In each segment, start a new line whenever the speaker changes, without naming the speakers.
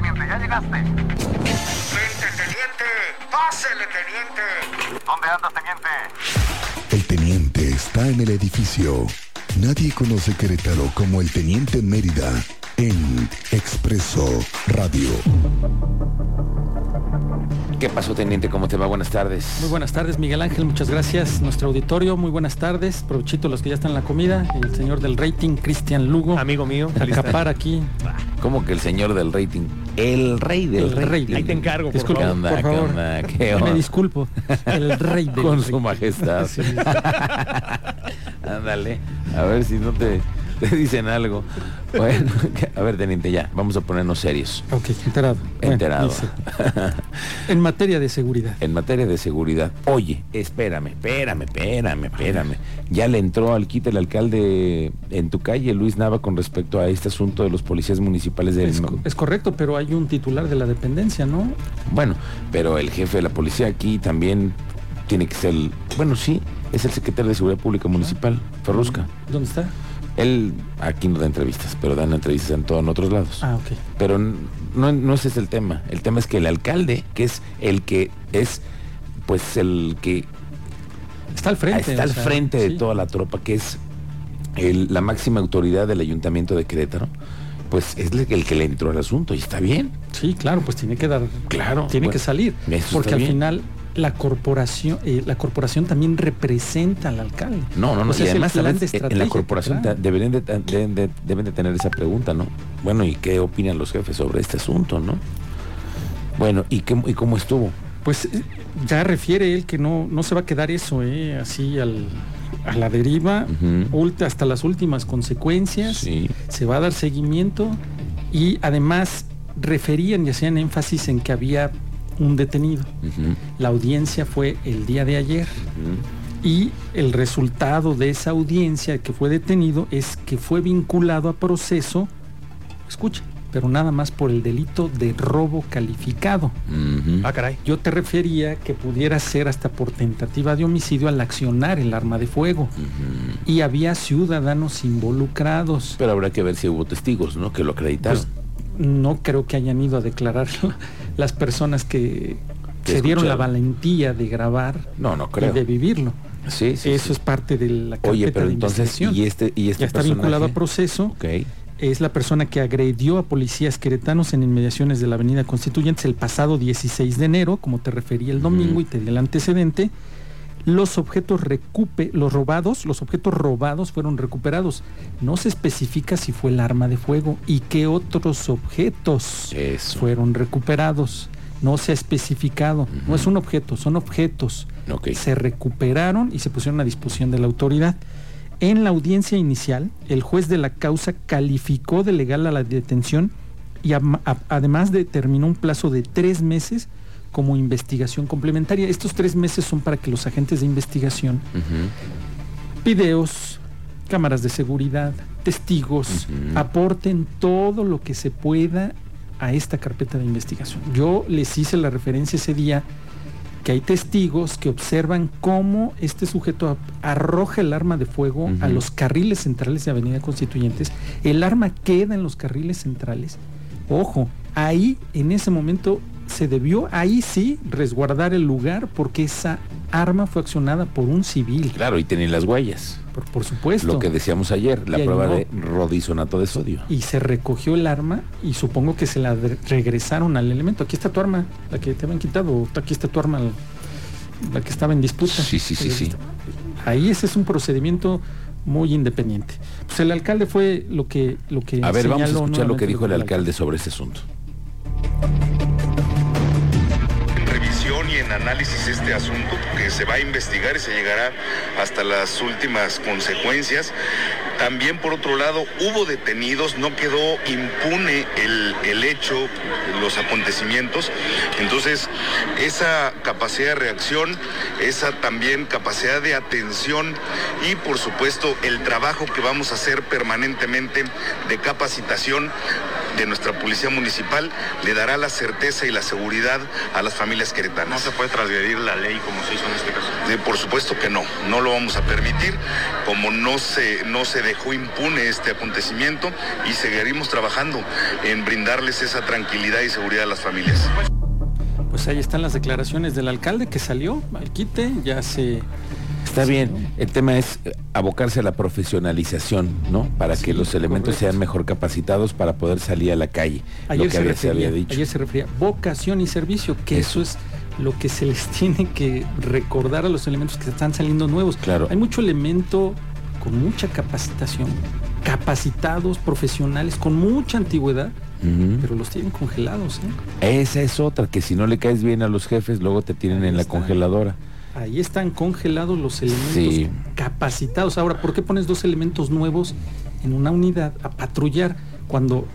llegaste? Vente, teniente. Pásele, teniente. ¿Dónde andas, teniente?
El teniente está en el edificio. Nadie conoce Querétaro como el teniente Mérida en Expreso Radio.
¿Qué pasó, teniente? ¿Cómo te va? Buenas tardes.
Muy buenas tardes, Miguel Ángel. Muchas gracias. Nuestro auditorio, muy buenas tardes. Provechito a los que ya están en la comida. El señor del rating, Cristian Lugo.
Amigo mío, feliz
Acapar aquí.
¿Cómo que el señor del rating? El rey del
El rey.
rating.
Ahí te encargo, por
Disculpe,
¿Qué
favor.
onda?
por favor.
¿Qué onda? ¿Qué
Me
onda?
disculpo. El rey del
Con su
rating.
majestad.
Sí.
Ándale. A ver si no te, te dicen algo. Bueno, a ver, teniente, ya. Vamos a ponernos serios.
Ok, enterado. Bueno,
Enterado.
dice, en materia de seguridad.
en materia de seguridad. Oye, espérame, espérame, espérame, espérame. Ya le entró al quite el alcalde en tu calle, Luis Nava, con respecto a este asunto de los policías municipales del...
Es, co- es correcto, pero hay un titular de la dependencia, ¿no?
Bueno, pero el jefe de la policía aquí también tiene que ser... el- Bueno, sí, es el secretario de Seguridad Pública Municipal, Ferrusca.
¿Dónde está?
Él aquí no da entrevistas, pero dan entrevistas en todos en otros lados.
Ah, ok.
Pero n- no, no ese es el tema. El tema es que el alcalde, que es el que es, pues el que
Está al frente.
está
o
al
sea,
frente de
sí.
toda la tropa, que es el- la máxima autoridad del ayuntamiento de Querétaro, pues es el, el que le entró al asunto y está bien.
Sí, claro, pues tiene que dar,
Claro.
tiene
bueno,
que salir,
eso está
porque al
bien.
final la corporación, eh, la corporación también representa al alcalde.
No, no, no.
O
y
sea, Pues es el
además
plan
¿sabes? E,
de
en
estrategia
la
que
corporación
trae.
ta- deberían de, ta- deben, de, deben de tener esa pregunta, ¿no? Bueno, ¿y qué opinan los jefes sobre este asunto, no? Bueno, ¿y, qué, y cómo estuvo?
Pues eh, ya refiere él que no, no se va a quedar eso, eh, así al- a la deriva,
Ujú.
ulti- hasta las últimas consecuencias,
Sí.
se va a dar seguimiento y además referían y hacían énfasis en que había un detenido.
Ujú,
La audiencia fue el día de ayer.
ujú.
Y el resultado de esa audiencia que fue detenido es que fue vinculado a proceso, escucha, pero nada más por el delito de robo calificado.
Ujú.
Ah, caray.
Yo te refería que pudiera ser hasta por tentativa de homicidio al accionar el arma de fuego.
Ujú.
Y había ciudadanos involucrados.
Mm. Pero habrá que ver si hubo testigos, ¿no? Que lo acreditaron.
Pues, no creo que hayan ido a declarar las personas que
Que
se dieron la
escucharon.
valentía de grabar
no, no
y
creo.
de vivirlo.
Sí, sí,
Eso
sí.
es parte de la carpeta
Oye, pero
de
entonces,
investigación.
¿y este, y este
ya está vinculado a
personaje?
proceso.
Ok.
Es la persona que agredió a policías queretanos en inmediaciones de la Avenida Constituyentes el pasado 16 de enero, como te referí el domingo
Ujú.
y te di el antecedente. Los objetos recupe, los robados, los objetos robados fueron recuperados. No se especifica si fue el arma de fuego y qué otros objetos
Eso.
fueron recuperados. No se ha especificado. No es un objeto, son objetos
Ok.
se recuperaron y se pusieron a disposición de la autoridad. En la audiencia inicial, el juez de la causa calificó de legal a la detención y am- a- además determinó un plazo de tres meses como investigación complementaria. Estos tres meses son para que los agentes de investigación,
Ujú.
videos, cámaras de seguridad, testigos,
Ujú.
aporten todo lo que se pueda a esta carpeta de investigación. Yo les hice la referencia ese día que hay testigos que observan cómo este sujeto a- arroja el arma de fuego a
Ujú.
los carriles centrales de Avenida Constituyentes. El arma queda en los carriles centrales. Ojo, ahí en ese momento se debió, ahí sí, resguardar el lugar porque esa arma fue accionada por un civil,
Claro, y tienen las huellas.
por, por supuesto.
Lo que decíamos ayer, la
Y
prueba
ayudó.
de rodizonato de sodio.
y se recogió el arma y supongo que se la de- regresaron al elemento. Aquí está tu arma, la que te habían quitado, o aquí está tu arma, la que estaba en disputa.
Sí, sí, sí, sí.
Ahí ese es un procedimiento muy independiente. Pues el alcalde fue lo que lo que
A ver, vamos a
señaló
escuchar lo que
nuevamente
dijo el
del
alcalde sobre este asunto.
en revisión y en análisis este asunto que se va a investigar y se llegará hasta las últimas consecuencias. También por otro lado hubo detenidos, no quedó impune el, el hecho, los acontecimientos. Entonces esa capacidad de reacción, esa también capacidad de atención y por supuesto el trabajo que vamos a hacer permanentemente de capacitación de nuestra policía municipal le dará la certeza y la seguridad a las familias queretanas.
¿No se puede transgredir la ley como se hizo en este caso?
Eh, por supuesto que no, no lo vamos a permitir, como no se, no se dejó impune este acontecimiento y seguiremos trabajando en brindarles esa tranquilidad y seguridad a las familias.
Pues ahí están las declaraciones del alcalde que salió al quite, ya se
Está bien, el tema es eh, abocarse a la profesionalización, ¿no? Para que los elementos
correcto.
sean mejor capacitados para poder salir a la calle,
Ayer,
lo que
se,
había, se
refería,
había dicho.
ayer se refería vocación y servicio, que eso. es lo que se les tiene que recordar a los elementos que están saliendo nuevos.
Claro.
Hay mucho elemento con mucha capacitación, capacitados, profesionales, con mucha antigüedad,
Ujú.
pero los tienen congelados. ¿eh?
Esa es otra, que si no le caes bien a los jefes, luego te tienen
Ahí
en la
está.
congeladora.
Ahí están congelados los elementos
Sí.
capacitados. Ahora, ¿por qué pones dos elementos nuevos en una unidad a patrullar cuando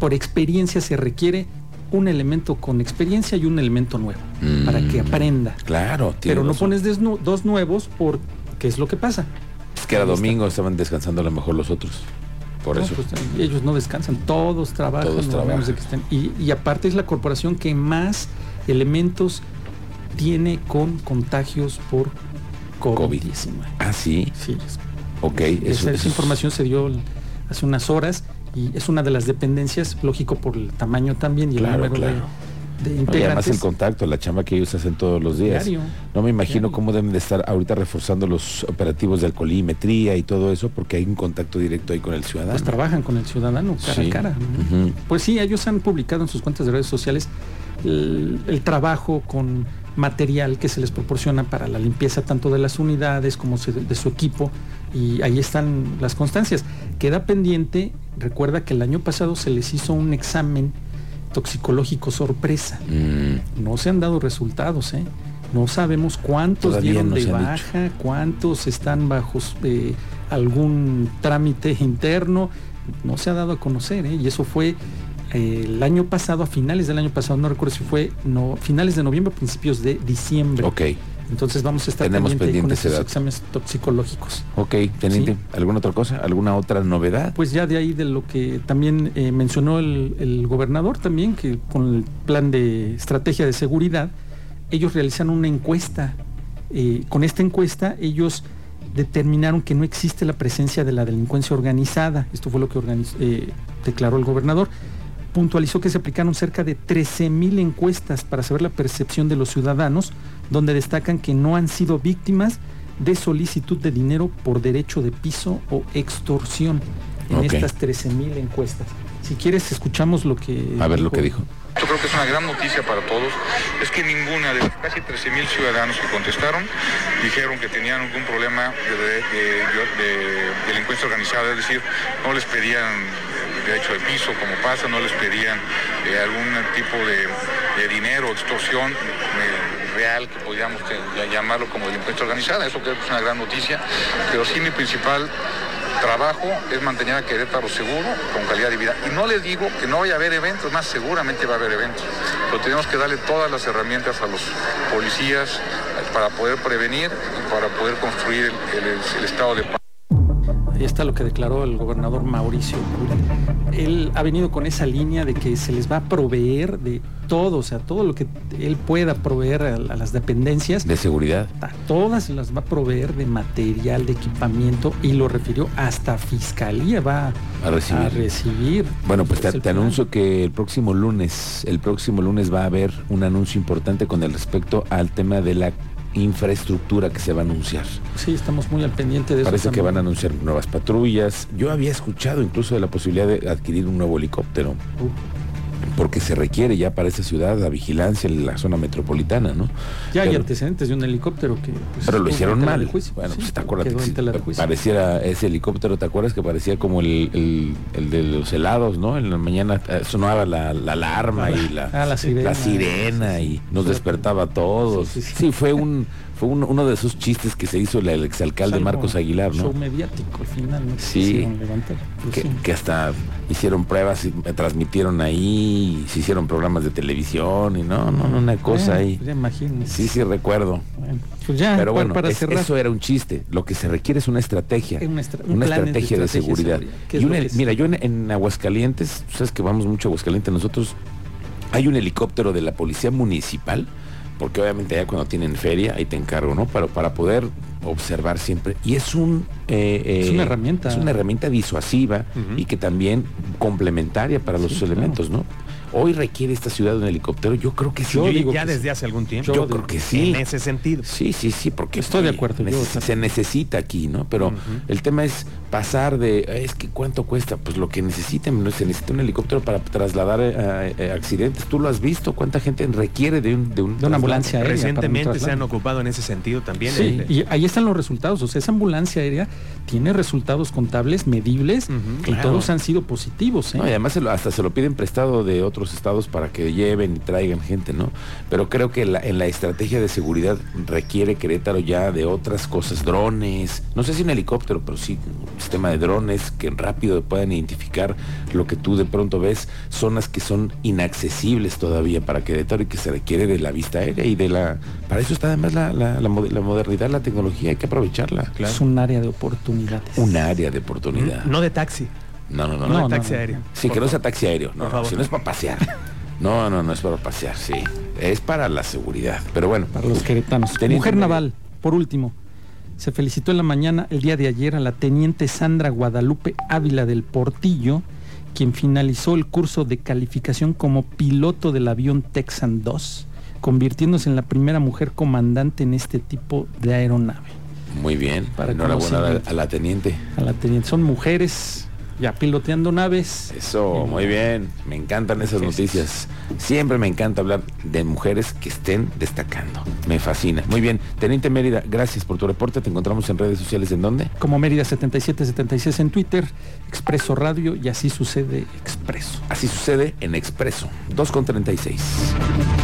por experiencia se requiere un elemento con experiencia y un elemento nuevo
Mm.
para que aprenda?
Claro, tiene
Pero no
razón.
pones desnu- dos nuevos por qué es lo que pasa.
Es que era domingo, estaban descansando a lo mejor los otros. Por
No,
eso.
pues, ellos no descansan, todos trabajan.
Todos
a menos de que estén- y, y aparte es la corporación que más elementos tiene con contagios por
COVID.
COVID-19.
Ah, sí,
Sí, es-
ok.
esa,
Eso,
esa
eso es-
información se dio el- hace unas horas y es una de las dependencias, lógico por el tamaño también y
Claro,
el número de-
claro. No,
de,
y además
integrantes.
el contacto, la chamba que ellos hacen todos los días.
Diario.
No me imagino
Diario.
cómo deben de estar ahorita reforzando los operativos de alcoholimetría y todo eso, porque hay un contacto directo ahí con el ciudadano.
pues trabajan con el ciudadano cara
Sí.
a cara. ¿no?
Ujú.
Pues sí, ellos han publicado en sus cuentas de redes sociales el, el trabajo con material que se les proporciona para la limpieza tanto de las unidades como se- de su equipo y ahí están las constancias. Queda pendiente, recuerda que el año pasado se les hizo un examen toxicológico sorpresa.
Mm,
No se han dado resultados, ¿eh? No sabemos cuántos
Todavía
dieron
no
de
se han
baja, cuántos están bajo eh, algún trámite interno. No se ha dado a conocer, ¿eh? Y eso fue eh, el año pasado, a finales del año pasado, no recuerdo si fue no, finales de noviembre, principios de diciembre.
ok,
Entonces vamos a estar
Tenemos
pendiente
pendiente
con
ese
esos
dato.
exámenes toxicológicos.
ok, teniente, ¿alguna otra cosa? ¿Alguna otra novedad?
Pues ya de ahí de lo que también eh, mencionó el, el gobernador también, que con el plan de estrategia de seguridad, ellos realizan una encuesta. Eh, con esta encuesta ellos determinaron que no existe la presencia de la delincuencia organizada. Esto fue lo que organiz- eh, declaró el gobernador. Puntualizó que se aplicaron cerca de 13.000 encuestas para saber la percepción de los ciudadanos, donde destacan que no han sido víctimas de solicitud de dinero por derecho de piso o extorsión en
Ok.
estas 13.000 encuestas. Si quieres, escuchamos lo que...
A ver lo que dijo.
Yo creo que es una gran noticia para todos, es que ninguna de los casi 13.000 ciudadanos que contestaron dijeron que tenían algún problema de, de- de- de delincuencia organizada, es decir, no les pedían eh, derecho de piso como pasa, no les pedían eh, algún tipo de, de dinero, extorsión eh, real, que podríamos eh, ya- llamarlo como delincuencia organizada, eso creo que es una gran noticia, pero sí mi principal trabajo es mantener a Querétaro seguro, con calidad de vida. Y no les digo que no vaya a haber eventos, más seguramente va a haber eventos. Pero tenemos que darle todas las herramientas a los policías eh, para poder prevenir y para poder construir el, el- el estado de paz.
Ahí está lo que declaró el gobernador Mauricio Curi. Él ha venido con esa línea de que se les va a proveer de todo, o sea, todo lo que él pueda proveer a, a las dependencias,
De seguridad.
a todas las va a proveer de material, de equipamiento, y lo refirió hasta fiscalía va
A recibir.
a recibir.
Bueno, pues te,
Es el
te
plan.
anuncio que el próximo lunes, el próximo lunes va a haber un anuncio importante con el respecto al tema de la infraestructura que se va a anunciar.
Sí, estamos muy al pendiente de eso.
Parece que
también.
van a anunciar nuevas patrullas. Yo había escuchado incluso de la posibilidad de adquirir un nuevo helicóptero,
Uh.
porque se requiere ya para esta ciudad la vigilancia en la zona metropolitana, ¿no?
Ya hay
Pero-
antecedentes de un helicóptero que. pues,
Pero lo
estuvo en
hicieron
tela de
mal.
juicio.
Bueno,
Sí,
pues te acuerdas
quedó
que
en tela de
pa-
juicio.
pareciera ese helicóptero, ¿te acuerdas que parecía como el, el- el de los helados, ¿no? En la mañana eh, sonaba la, la alarma y la,
Ah, la sirena.
sirena y nos despertaba a todos.
Sí,
Sí,
sí, sí.
fue un fue un- uno de esos chistes que se hizo el, el exalcalde
Algo
Marcos Aguilar,
Show
¿no?
mediático al final, ¿no?
Sí.
Quisieron levantar. Pues
Que,
sí.
que hasta hicieron pruebas y me transmitieron ahí, y se hicieron programas de televisión y no, no, no, una cosa ahí.
pues Ya imagino.
Sí, sí, recuerdo.
Bueno, pues ya,
Pero
pa-
bueno,
para
es-
cerrar.
eso era un chiste. Lo que se requiere es una estrategia.
Es una estra- un
una
plan de
estrategia de
estrategia de
seguridad.
seguridad, que es
Y una-
lo que es.
mira, yo en, en Aguascalientes, tú sabes que vamos mucho a Aguascalientes, nosotros hay un helicóptero de la policía municipal, porque obviamente allá cuando tienen feria, ahí te encargo, ¿no? Pero para poder observar siempre. Y es un... eh, eh,
Es una herramienta.
Es una herramienta disuasiva
Ujú.
y que también complementaria para los
Sí,
elementos, ¿no? Hoy requiere esta ciudad un helicóptero, yo creo que sí.
Yo
yo
Y
digo
ya
que
desde hace algún tiempo.
Yo Yo creo digo que que sí.
En ese sentido.
Sí, sí, sí, porque
Estoy de
oye,
acuerdo, yo
neces-
también.
se necesita aquí, ¿no? Pero
Ujú.
el tema es pasar de, "Ay, es que cuánto cuesta, pues lo que necesiten, ¿no? se necesita un helicóptero para trasladar eh, eh, accidentes. Tú lo has visto, cuánta gente requiere de un, de un
De una
traslado?
ambulancia aérea. para un
Recientemente se
traslado.
han ocupado en ese sentido también.
Sí,
este,
y ahí están los resultados. O sea, esa ambulancia aérea tiene resultados contables, medibles,
Ujú,
y
claro.
todos han sido positivos. ¿eh?
No, y además se lo- hasta se lo piden prestado de otros estados para que lleven y traigan gente, ¿no? Pero creo que la- en la estrategia de seguridad requiere Querétaro ya de otras cosas, drones, no sé si un helicóptero, pero sí un sistema de drones que rápido puedan identificar lo que tú de pronto ves, zonas que son inaccesibles todavía para Querétaro y que se requiere de la vista aérea y de la... Para eso está además la, la- la mo- la modernidad, la tecnología, hay que aprovecharla.
Es un área de oportunidades.
Un área de oportunidad.
No de taxi.
no, no. no,
No,
no.
no,
de taxi
no.
aéreo.
Sí,
Por
que no sea
favor.
taxi aéreo, no,
Por
no,
favor.
si no es para pasear. No, no, no es para pasear, sí. Es para la seguridad. Pero bueno,
Para los queretanos.
Teniente
Mujer
María.
naval, por último. Se felicitó en la mañana, el día de ayer, a la teniente Sandra Guadalupe Ávila del Portillo, quien finalizó el curso de calificación como piloto del avión Texan 2, convirtiéndose en la primera mujer comandante en este tipo de aeronave.
muy bien.
Para
Enhorabuena a la,
conocer.
a la teniente.
A la teniente, son mujeres ya piloteando naves.
Eso, muy bien. Me encantan esas noticias. Siempre me encanta hablar de mujeres que estén destacando. Me fascina. Muy bien. Teniente Mérida, gracias por tu reporte. Te encontramos en redes sociales. ¿En dónde?
Como Mérida 7776 en Twitter, Expreso Radio y así sucede Expreso.
Así sucede en Expreso 2.36.